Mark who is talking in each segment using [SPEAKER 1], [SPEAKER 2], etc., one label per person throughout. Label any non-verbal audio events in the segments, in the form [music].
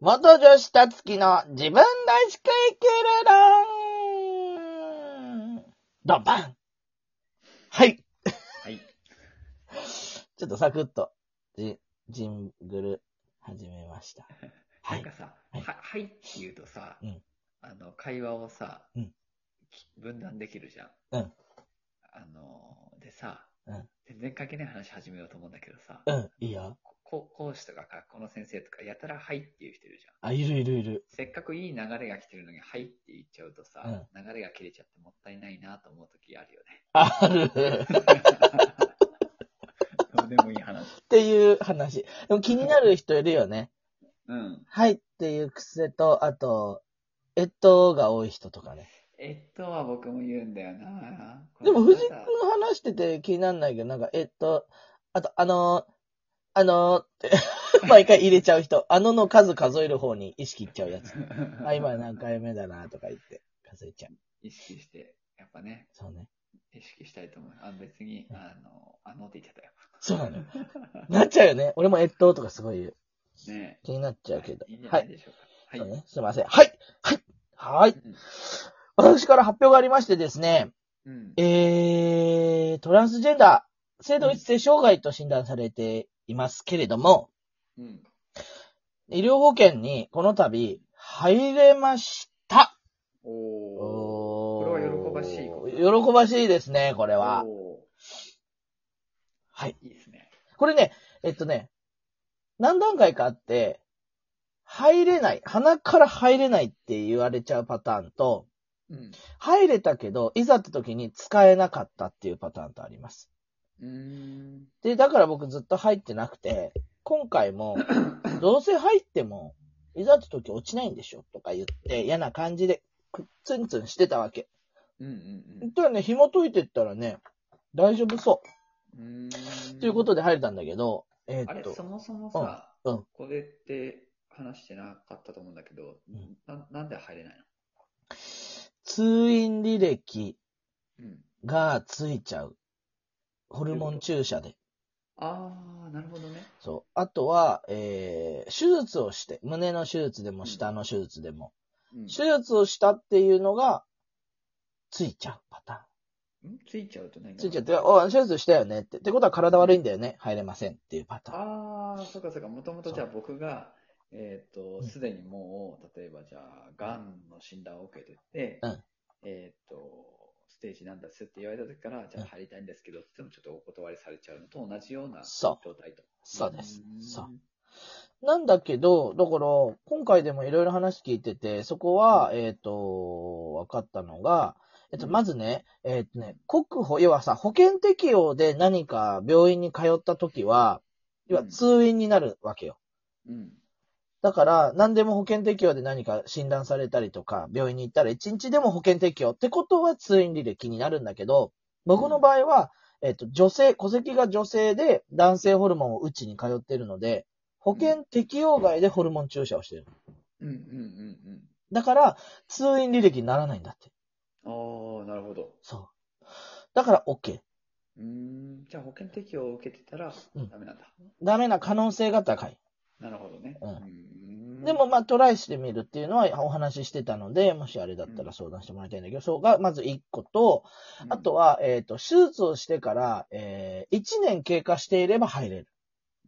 [SPEAKER 1] 元女子たつきの自分らしく生きる論ドンパンはい。
[SPEAKER 2] はい。
[SPEAKER 1] [laughs] ちょっとサクッと、ジ、ジングル、始めました。は
[SPEAKER 2] [laughs] なん
[SPEAKER 1] い
[SPEAKER 2] か。
[SPEAKER 1] は
[SPEAKER 2] さ、はいい、はいって言うとさ、
[SPEAKER 1] うん
[SPEAKER 2] あの、会話をさ、
[SPEAKER 1] うん
[SPEAKER 2] き分断できるじゃん。
[SPEAKER 1] うん
[SPEAKER 2] あの、でさ、
[SPEAKER 1] うん
[SPEAKER 2] 全然関係ない話始めようと思うんだけどさ、
[SPEAKER 1] うん、いいよ。
[SPEAKER 2] ここ講師とか学校の先生とか、やたらはいって言う人いるじゃん。
[SPEAKER 1] あ、いるいるいる。
[SPEAKER 2] せっかくいい流れが来てるのに、はいって言っちゃうとさ、
[SPEAKER 1] う
[SPEAKER 2] 流れが切れちゃってもったいないなと思う時あるよね。
[SPEAKER 1] ある。
[SPEAKER 2] どうでもいい話。
[SPEAKER 1] っていう話。でも気になる人いるよね。
[SPEAKER 2] うん。
[SPEAKER 1] はいっていう癖と、あと、えっとが多い人とかね。
[SPEAKER 2] えっとは僕も言うんだよな。
[SPEAKER 1] でも
[SPEAKER 2] これ
[SPEAKER 1] 藤井くん
[SPEAKER 2] さ
[SPEAKER 1] 話してて気になんないけど、なんか、えっと、あと、あのー、あのー、 [laughs] って毎回入れちゃう人。あのの数数える方に意識いっちゃうやつ。
[SPEAKER 2] [laughs]
[SPEAKER 1] あ、今何回目だなとか言って数えちゃう。
[SPEAKER 2] 意識して、やっぱね、
[SPEAKER 1] そうね。
[SPEAKER 2] 意識したいと思う。あ別に、あの、あのって言
[SPEAKER 1] [laughs]
[SPEAKER 2] っちゃったよ。
[SPEAKER 1] そうなのよ。なっちゃうよね。俺もえっととかすごい言う
[SPEAKER 2] ね
[SPEAKER 1] 気になっ
[SPEAKER 2] え。
[SPEAKER 1] ちゃうけど
[SPEAKER 2] いいんじ。ゃ
[SPEAKER 1] は
[SPEAKER 2] ない
[SPEAKER 1] い。
[SPEAKER 2] でしょう
[SPEAKER 1] そ
[SPEAKER 2] か。は
[SPEAKER 1] う
[SPEAKER 2] い。
[SPEAKER 1] ねすいません。はいはいはい。私から発表がありましてですね、
[SPEAKER 2] うん。うん
[SPEAKER 1] えー、トランスジェンダー、性同一性障害と診断されていますけれども、
[SPEAKER 2] うん。
[SPEAKER 1] 医療保険にこの度入れました。
[SPEAKER 2] おー。
[SPEAKER 1] こ
[SPEAKER 2] これは喜ばしいこと
[SPEAKER 1] 喜ばしいですね、これは。
[SPEAKER 2] お
[SPEAKER 1] はい。
[SPEAKER 2] ーいいですね。
[SPEAKER 1] これね、えっとね、何段階かあって、入れない、鼻から入れないって言われちゃうパターンと、
[SPEAKER 2] うん。
[SPEAKER 1] 入れたけど、いざって時に使えなかったっていうパターンとあります。
[SPEAKER 2] うーん。
[SPEAKER 1] で、だから僕ずっと入ってなくて、今回
[SPEAKER 2] [laughs]
[SPEAKER 1] も、どうせ入っても、いざって時落ちないんでしょとか言って、嫌な感じで、くっつんつんしてたわけ。
[SPEAKER 2] うんうん
[SPEAKER 1] ただね、紐解いてったらね、大丈夫そ
[SPEAKER 2] うん。うーん。
[SPEAKER 1] う。ということで入れたんだけど、えー
[SPEAKER 2] あ
[SPEAKER 1] っ
[SPEAKER 2] れ、
[SPEAKER 1] と
[SPEAKER 2] そ、もそもさ、
[SPEAKER 1] うんうん
[SPEAKER 2] これって話してなかったと思うんだけど、
[SPEAKER 1] うん
[SPEAKER 2] ななんで入れない
[SPEAKER 1] 通院履歴
[SPEAKER 2] のうん。
[SPEAKER 1] がついちゃう。ホルモン注射で。
[SPEAKER 2] あー、なるほどね。
[SPEAKER 1] そう。あとは、えー、手術をして、胸の手術でも下の手術でも、
[SPEAKER 2] うん
[SPEAKER 1] 手術をしたっていうのが、ついちゃうパターン。
[SPEAKER 2] んついちゃうとね。
[SPEAKER 1] ついちゃって、お、手術したよねって。ってことは体悪いんだよね。入れませんっていうパターン。
[SPEAKER 2] ああ、そうかそうか。もともとじゃあ僕が、えっ、
[SPEAKER 1] うん
[SPEAKER 2] と、すでにもう、例えばじゃあ、がんの診断を受けてて、
[SPEAKER 1] うん
[SPEAKER 2] えっ、と、ステージなんですって言われた時から、じゃあ入りたいんですけど、でもちょっとお断りされちゃうのと同じような
[SPEAKER 1] そ
[SPEAKER 2] 状態と。
[SPEAKER 1] そうです。そう。
[SPEAKER 2] う
[SPEAKER 1] なんだけど、だから、今回でもいろいろ話聞いてて、そこは、えっ、と、分かったのが、えっと、
[SPEAKER 2] うん
[SPEAKER 1] まずね、えっ、とね、国保、要はさ、保険適用で何か病院に通った時は、要は
[SPEAKER 2] うん
[SPEAKER 1] 通院になるわけよ。
[SPEAKER 2] ん。うん。
[SPEAKER 1] だから、何でも保険適用で何か診断されたりとか、病院に行ったら1日でも保険適用ってことは通院履歴になるんだけど、僕の場合は、えっ、と、女性、戸籍が女性で男性ホルモンをうちに通ってるので、保険適用外でホルモン注射をしてる。
[SPEAKER 2] うんうんうん
[SPEAKER 1] だから、通院履歴にならないんだって。
[SPEAKER 2] うん。ああ、なるほど。
[SPEAKER 1] そう。だから OK。
[SPEAKER 2] うーん。じゃあ保険適用を受けてたら
[SPEAKER 1] うん、
[SPEAKER 2] ダメなんだ。
[SPEAKER 1] ダメな可能性が高い。
[SPEAKER 2] なるほどね。
[SPEAKER 1] うん
[SPEAKER 2] ん
[SPEAKER 1] でも、まあ、トライしてみるっていうのはお話ししてたので、もしあれだったら相談してもらいたいんだけど、そうが、まず1個と、
[SPEAKER 2] うん
[SPEAKER 1] あと、は、えっ、と、手術をしてから、えー、1年経過していれば入れる。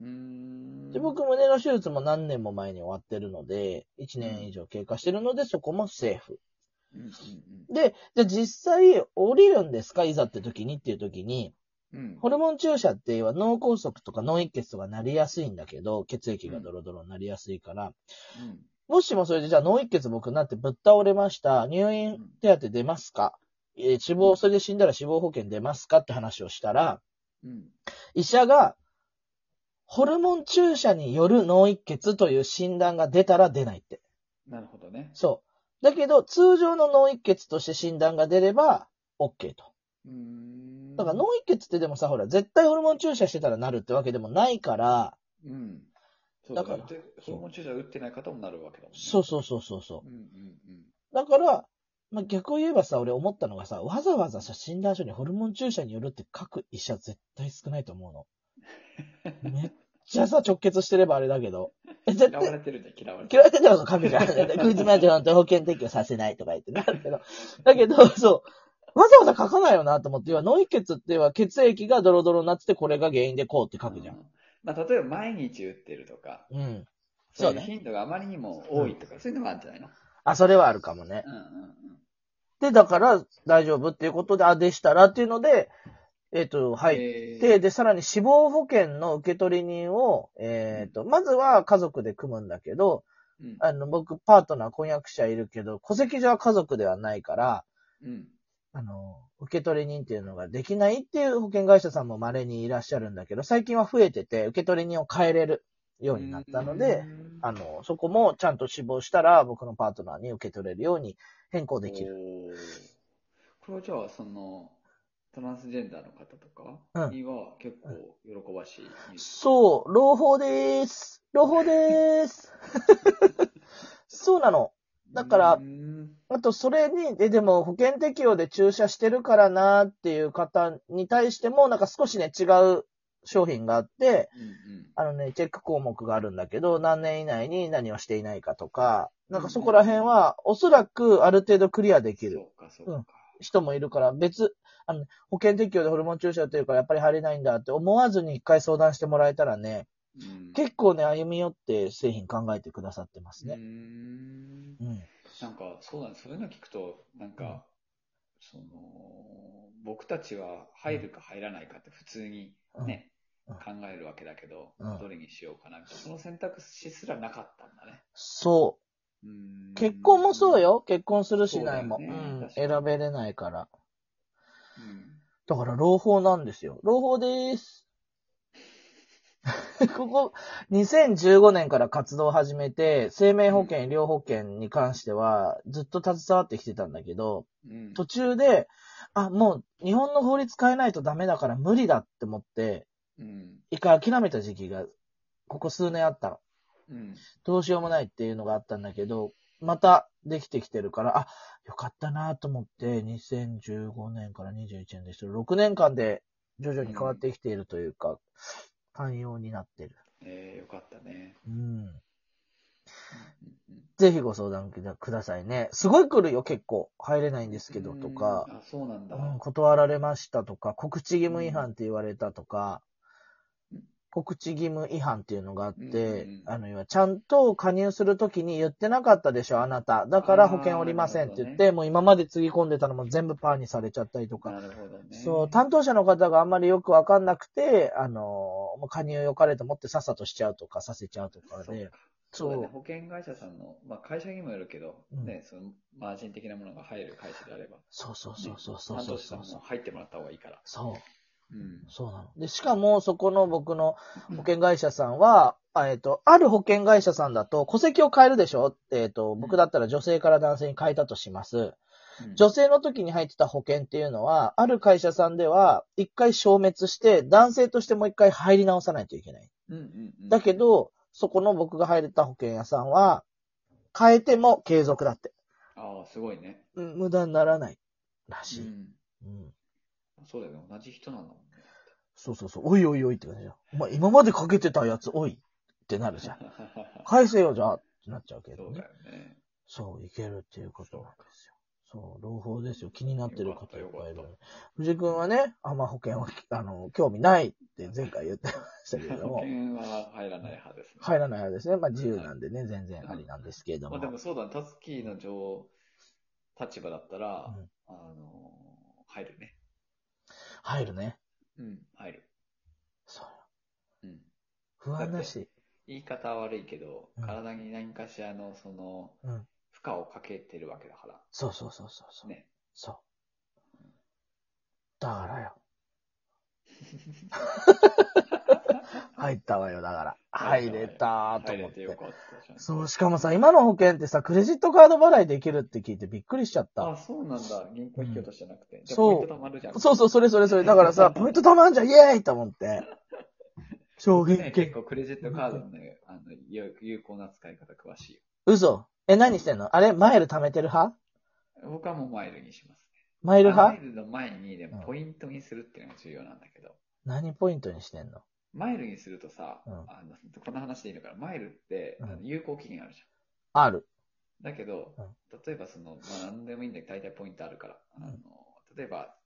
[SPEAKER 2] うーん。
[SPEAKER 1] で、僕、胸の手術も何年も前に終わってるので、1年以上経過してるので、そこもセーフ。
[SPEAKER 2] うんうん
[SPEAKER 1] で、じゃあ実際降りるんですかいざって時にっていう時に、
[SPEAKER 2] うん。うん。
[SPEAKER 1] ホルモン注射っては脳梗塞とか脳一血とかなりやすいんだけど、血液がドロドロになりやすいから、
[SPEAKER 2] うん
[SPEAKER 1] もしもそれでじゃあ脳一血僕になってぶっ倒れました。入院手当出ますか、えー死亡、それで死んだら死亡保険出ますかって話をしたら、
[SPEAKER 2] うん。
[SPEAKER 1] 医者が、ホルモン注射による脳一血という診断が出たら出ないって。
[SPEAKER 2] なるほどね。
[SPEAKER 1] そう。だけど、通常の脳一血として診断が出れば、OK と。
[SPEAKER 2] うーん。
[SPEAKER 1] だから脳一血ってでもさ、ほら、絶対ホルモン注射してたらなるってわけでもないから、
[SPEAKER 2] うん。そう
[SPEAKER 1] だ
[SPEAKER 2] だ
[SPEAKER 1] から
[SPEAKER 2] から、でホルモン注射打ってない方もなるわけだもんね。
[SPEAKER 1] そうそうそうそうそうう。
[SPEAKER 2] んうん
[SPEAKER 1] だから、まあ、逆を言えばさ、俺思ったのがさ、わざわざさ、診断書にホルモン注射によるって書く医者絶対少ないと思うの。めっちゃさ、直結してればあれだけど。え絶
[SPEAKER 2] 嫌
[SPEAKER 1] 対
[SPEAKER 2] われてるんだよ、嫌われて
[SPEAKER 1] 嫌
[SPEAKER 2] る。
[SPEAKER 1] われてたの神じゃん。クイズマジなんて保険適用させないとか言ってなるけど。だけど、そう。わざわざ書かないよなと思って、要は、脳溢血っては血液がドロドロになってて、これが原因でこうって書くじゃん
[SPEAKER 2] う。まあ、例えば毎日打ってるとか、
[SPEAKER 1] うん。
[SPEAKER 2] そ
[SPEAKER 1] そうう
[SPEAKER 2] いう
[SPEAKER 1] ね
[SPEAKER 2] 頻度があまりにも多いとか、そういうのがあるんじゃないの
[SPEAKER 1] あ、それはあるかもね。
[SPEAKER 2] うんうんうん。
[SPEAKER 1] で、だから、大丈夫っていうことで、あ、でしたらっていうので、えっ、と、入って、
[SPEAKER 2] えー
[SPEAKER 1] で、さらに死亡保険の受取人を、えっ、と、まずは家族で組むんだけど、
[SPEAKER 2] うん
[SPEAKER 1] あの、僕、パートナー、婚約者いるけど、戸籍上は家族ではないから、
[SPEAKER 2] うん。
[SPEAKER 1] あの、受取人っていうのができないっていう保険会社さんも稀にいらっしゃるんだけど、最近は増えてて、受取人を変えれるようになったので、
[SPEAKER 2] うん、
[SPEAKER 1] あの、そこもちゃんと死亡したら、僕のパートナーに受け取れるように変更できる。
[SPEAKER 2] おーこれはじゃあ、その、トランスジェンダーの方と
[SPEAKER 1] う
[SPEAKER 2] か
[SPEAKER 1] ん
[SPEAKER 2] には結構喜ばしいニュース。
[SPEAKER 1] そう、朗報でーす。朗報でー
[SPEAKER 2] [laughs]
[SPEAKER 1] す。そうなの。だから
[SPEAKER 2] うん
[SPEAKER 1] あと、それに、え、でも、保険適用で注射してるからなーっていう方に対しても、なんか少しね、違う商品があって、
[SPEAKER 2] うんうん
[SPEAKER 1] あのね、チェック項目があるんだけど、何年以内に何をしていないかとか、なんかそこら辺は、おそらくある程度クリアできる
[SPEAKER 2] そうか、そうか。
[SPEAKER 1] 人もいるから、別、あの、保険適用でホルモン注射打ってるからやっぱり入れないんだって思わずに一回相談してもらえたらね、
[SPEAKER 2] うん
[SPEAKER 1] 結構ね、歩み寄って製品考えてくださってます
[SPEAKER 2] う
[SPEAKER 1] ね。
[SPEAKER 2] ん
[SPEAKER 1] うん。
[SPEAKER 2] なんか、そうなんです。そういうの聞くと、なんか、
[SPEAKER 1] うん
[SPEAKER 2] その、僕たちは入るか入らないかって普通にね、
[SPEAKER 1] うん
[SPEAKER 2] 考えるわけだけど、
[SPEAKER 1] うん
[SPEAKER 2] どれにしようかなみたいな、その選択肢すらなかったんだね。
[SPEAKER 1] そう
[SPEAKER 2] ーん
[SPEAKER 1] う。結婚もそう。よ。結婚するしないも。
[SPEAKER 2] そううだよね
[SPEAKER 1] ん。
[SPEAKER 2] 確かに
[SPEAKER 1] 選べれないから。
[SPEAKER 2] うん
[SPEAKER 1] だから朗報なんですよ。朗報でーす。 [laughs] ここ、2015年から活動を始めて、生命保険、医療保険に関しては、ずっと携わってきてたんだけど、
[SPEAKER 2] うん。
[SPEAKER 1] 途中で、あ、もう、日本の法律変えないとダメだから無理だって思って、
[SPEAKER 2] うん。
[SPEAKER 1] 一回諦めた時期が、ここ数年あったの。
[SPEAKER 2] うん。
[SPEAKER 1] どうしようもないっていうのがあったんだけど、またできてきてるから、あ、よかったなと思って、2015年から21年ですけど、6年間で徐々に変わってきているというか、寛容になってる。
[SPEAKER 2] えー、よかったね。
[SPEAKER 1] うん。
[SPEAKER 2] うんうん
[SPEAKER 1] ぜひご相談くだくださいね。すごい来るよ、結構。入れないんですけど、とか
[SPEAKER 2] う、んあ、そうなんだ。
[SPEAKER 1] うん、断られましたとか、告知義務違反って言われたとか
[SPEAKER 2] うん、
[SPEAKER 1] 告知義務違反っていうのがあっ
[SPEAKER 2] うんうん
[SPEAKER 1] て
[SPEAKER 2] うん、
[SPEAKER 1] あの、要はちゃんと加入するときに言ってなかったでしょ、あなた。だから保険おりませんって言っ
[SPEAKER 2] あ
[SPEAKER 1] て、もう今までつぎ込んでたのも全部パーにされちゃったりとか。
[SPEAKER 2] なるほどね。
[SPEAKER 1] そう、担当者の方があんまりよくわかんなくて、あの、もう加入よかれと思ってさっさとしちゃうとか、させちゃうとか
[SPEAKER 2] そう
[SPEAKER 1] で
[SPEAKER 2] か。そうだね、
[SPEAKER 1] そ
[SPEAKER 2] 保険会社さんの、まあ、会社にもよるけど、
[SPEAKER 1] うん
[SPEAKER 2] ね、そのマージン的なものが入る会社であれば、
[SPEAKER 1] う、そうそうそうそうそうそ
[SPEAKER 2] 担
[SPEAKER 1] う
[SPEAKER 2] 当者さん
[SPEAKER 1] そ
[SPEAKER 2] も
[SPEAKER 1] う。
[SPEAKER 2] 入ってもらった方がいいから。
[SPEAKER 1] そう。
[SPEAKER 2] うん。
[SPEAKER 1] そうなの。で、しかも、そこの僕の保険会社さんは、あえっ、と、ある保険会社さんだと、戸籍を変えるでしょえっ、と、僕だったら女性から男性に変えたとします。
[SPEAKER 2] うん
[SPEAKER 1] 女性の時に入ってた保険っていうのは、ある会社さんでは、一回消滅して、男性としてもう一回入り直さないといけない。
[SPEAKER 2] うんうんうん
[SPEAKER 1] だけ、ど、そこの僕が入れた保険屋さんは、変えても継続だって。
[SPEAKER 2] ああ、すごいね。
[SPEAKER 1] うん無駄にならない。ら
[SPEAKER 2] う
[SPEAKER 1] しい。
[SPEAKER 2] ん。
[SPEAKER 1] うん
[SPEAKER 2] そうだよね、同じ人なの。
[SPEAKER 1] そうそうそう、おいおいおいって感じじゃん。お前今までかけてたやつ、おいってなるじゃん。返せよ、じゃあってなっちゃうけ
[SPEAKER 2] [laughs] そ
[SPEAKER 1] ど
[SPEAKER 2] うだ
[SPEAKER 1] ね。
[SPEAKER 2] よね。
[SPEAKER 1] そう、いけるっていうことなんですよ。そう、朗報ですよ。気になってる方いっぱいい
[SPEAKER 2] よかったよ
[SPEAKER 1] る
[SPEAKER 2] かっ。
[SPEAKER 1] 藤井君はね、あんま保険は、あの、興味ないって前回言ってましたけれど
[SPEAKER 2] [laughs] 保
[SPEAKER 1] も、
[SPEAKER 2] 険は入らない派ですね。
[SPEAKER 1] 入らないようですね。まあ自由なんでね、全然ありなんですけれど
[SPEAKER 2] ま
[SPEAKER 1] も
[SPEAKER 2] あ、。でもそうだね、タスキーの女王立場だったら、
[SPEAKER 1] うん
[SPEAKER 2] あのー入るね。
[SPEAKER 1] 入るね。
[SPEAKER 2] うん、入る。
[SPEAKER 1] そう。
[SPEAKER 2] うん。
[SPEAKER 1] 不安だし。
[SPEAKER 2] 言い方は悪いけど、
[SPEAKER 1] うん
[SPEAKER 2] 体に何かしらの、その、
[SPEAKER 1] うん
[SPEAKER 2] 負荷をかけてるわけだから。
[SPEAKER 1] そうそうそうそうそう。
[SPEAKER 2] ね。
[SPEAKER 1] そう。だから
[SPEAKER 2] [laughs]
[SPEAKER 1] よ。入ったわよ、だから。
[SPEAKER 2] 入
[SPEAKER 1] 入
[SPEAKER 2] ったわ
[SPEAKER 1] れた
[SPEAKER 2] よ
[SPEAKER 1] ーと
[SPEAKER 2] 入
[SPEAKER 1] 思
[SPEAKER 2] れ
[SPEAKER 1] って
[SPEAKER 2] よ
[SPEAKER 1] て。
[SPEAKER 2] かったじゃん。
[SPEAKER 1] そう、しかもさ、今の保険ってさ、クレジットカード払いできるって聞いてびっくりしちゃった。
[SPEAKER 2] あ、そうなんだ。銀行引き落としじゃなくて。じゃあ
[SPEAKER 1] そう
[SPEAKER 2] ポイント貯まるじゃん。
[SPEAKER 1] そうそう、それそれそれ。だからさ、ポイントたまんじゃん、イエーイと思って。衝
[SPEAKER 2] ね
[SPEAKER 1] 撃。
[SPEAKER 2] 結構クレジットカードの,、ね、あの有有効な使い方詳しいよ。
[SPEAKER 1] 嘘。え、何してんのあれマイル貯めてる派
[SPEAKER 2] 僕はもうマイルにしますね。
[SPEAKER 1] マイル
[SPEAKER 2] マ
[SPEAKER 1] 派
[SPEAKER 2] イルの前にでも
[SPEAKER 1] うん
[SPEAKER 2] ポイントにするっていうのが重要なんだけど。
[SPEAKER 1] 何ポイントにしてんの
[SPEAKER 2] マイルにするとさ、
[SPEAKER 1] うん
[SPEAKER 2] あのこんな話でいいのかな、マイルって、
[SPEAKER 1] うん
[SPEAKER 2] あの有効期限あるじゃん。
[SPEAKER 1] ある。
[SPEAKER 2] だけど、
[SPEAKER 1] うん
[SPEAKER 2] 例えばその、まあ、何でもいいんだけど、大体ポイントあるから、あの
[SPEAKER 1] うん
[SPEAKER 2] 例えば、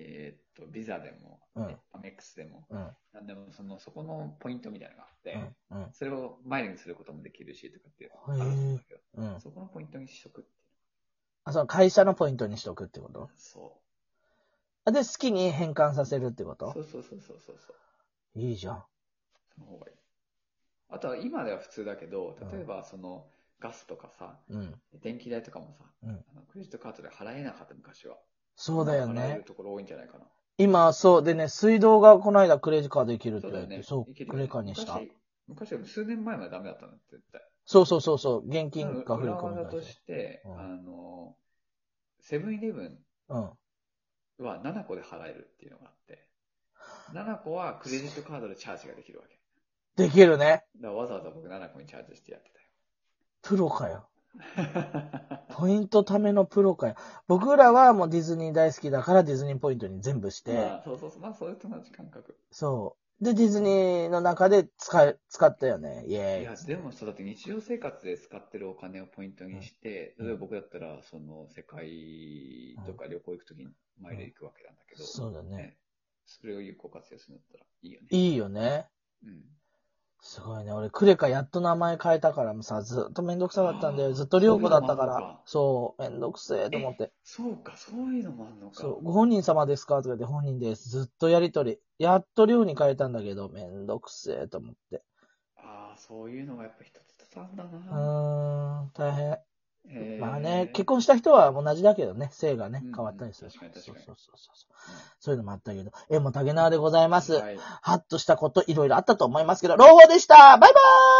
[SPEAKER 2] えーっと、ビザでも、
[SPEAKER 1] うん
[SPEAKER 2] アメックスでも、
[SPEAKER 1] うん。
[SPEAKER 2] なんでもその、そこのポイントみたいなのがあって、
[SPEAKER 1] うん。うん。
[SPEAKER 2] それをマイルにすることもできるしとかっていう
[SPEAKER 1] へー
[SPEAKER 2] あるんだけど、
[SPEAKER 1] うん。
[SPEAKER 2] そこのポイントにしとくっていう
[SPEAKER 1] あ、その会社のポイントにしとくってこと
[SPEAKER 2] そ
[SPEAKER 1] あで、好きに変換させるってこ
[SPEAKER 2] う。そ
[SPEAKER 1] と
[SPEAKER 2] うそうそうそうそうそう。
[SPEAKER 1] いいじゃん。
[SPEAKER 2] その方がいい。あとは今では普通だけど
[SPEAKER 1] うん、
[SPEAKER 2] 例えばそのガスとかさ、
[SPEAKER 1] うん。
[SPEAKER 2] 電気代とかもさ、
[SPEAKER 1] うん
[SPEAKER 2] あのクレジットカードで払えなかった昔は。
[SPEAKER 1] そうだよ
[SPEAKER 2] 払え
[SPEAKER 1] ね
[SPEAKER 2] る。ところ多いんじゃないかな。
[SPEAKER 1] 今、そう。でね、水道がこの間クレジカーでいけるって
[SPEAKER 2] そう
[SPEAKER 1] 言
[SPEAKER 2] だ
[SPEAKER 1] わ
[SPEAKER 2] よ
[SPEAKER 1] れ
[SPEAKER 2] ね
[SPEAKER 1] て、。そう
[SPEAKER 2] いけ、るよ
[SPEAKER 1] ク
[SPEAKER 2] ね
[SPEAKER 1] レカにした。
[SPEAKER 2] 昔。昔は数年前までダメだったんだって、絶対。
[SPEAKER 1] そうそうそうそう。現金が振り
[SPEAKER 2] 裏
[SPEAKER 1] 込み
[SPEAKER 2] 技
[SPEAKER 1] だ
[SPEAKER 2] と
[SPEAKER 1] し。
[SPEAKER 2] して、
[SPEAKER 1] うん
[SPEAKER 2] あの、セブンイレブン
[SPEAKER 1] うん。
[SPEAKER 2] は7個で払えるっていうのがあって、7個はクレジットカードでチャージができるわけ。
[SPEAKER 1] できるね。
[SPEAKER 2] だからわざわざ僕7個にチャージしてやって
[SPEAKER 1] プロかよ。
[SPEAKER 2] たよ。
[SPEAKER 1] ポイントためのプロかよ。僕らはもうディズニー大好きだからディズニーポイントに全部して、
[SPEAKER 2] [laughs] まあ、そうそうそう、まあ、それと同じ感覚。
[SPEAKER 1] そう。で、ディズニーの中で使え、使ったよね。イ
[SPEAKER 2] い
[SPEAKER 1] ェー
[SPEAKER 2] や
[SPEAKER 1] イ。、
[SPEAKER 2] でもさ、だって日常生活で使ってるお金をポイントにして、
[SPEAKER 1] うん
[SPEAKER 2] 例えば僕だったら、その、世界とか旅行行くときにマイル行くわけなんだけど、
[SPEAKER 1] そうだね。
[SPEAKER 2] それを有効活用するんだったらいいよね。
[SPEAKER 1] いいよね。
[SPEAKER 2] うん。
[SPEAKER 1] すごいね。俺、クレカやっと名前変えたからもさ、ずっとめんどくさかったんだよ。ずっとりょうこだったか
[SPEAKER 2] そういう
[SPEAKER 1] らそう、め
[SPEAKER 2] のもあんのか。
[SPEAKER 1] んどくせえと思って。
[SPEAKER 2] そうか、そういうのもあんのか。
[SPEAKER 1] そう、ご本人様ですかとか言って、本人です。ずっとやりとり。やっとりょうに変えたんだけど、めんどくせえと思って。
[SPEAKER 2] ああ、そういうのがやっぱ一つ一つあんだ
[SPEAKER 1] う
[SPEAKER 2] な。
[SPEAKER 1] ーん、大変。
[SPEAKER 2] へー
[SPEAKER 1] まあね、結婚した人は同じだけどね、性がね
[SPEAKER 2] うんう、ん
[SPEAKER 1] 変わったりする。
[SPEAKER 2] 確かに確かに
[SPEAKER 1] そうそうそうそう。そういうのもあったけど、えもう竹縄でございます。
[SPEAKER 2] はい
[SPEAKER 1] ハッとしたこといろいろあったと思いますけど、朗報でしたバイバーイ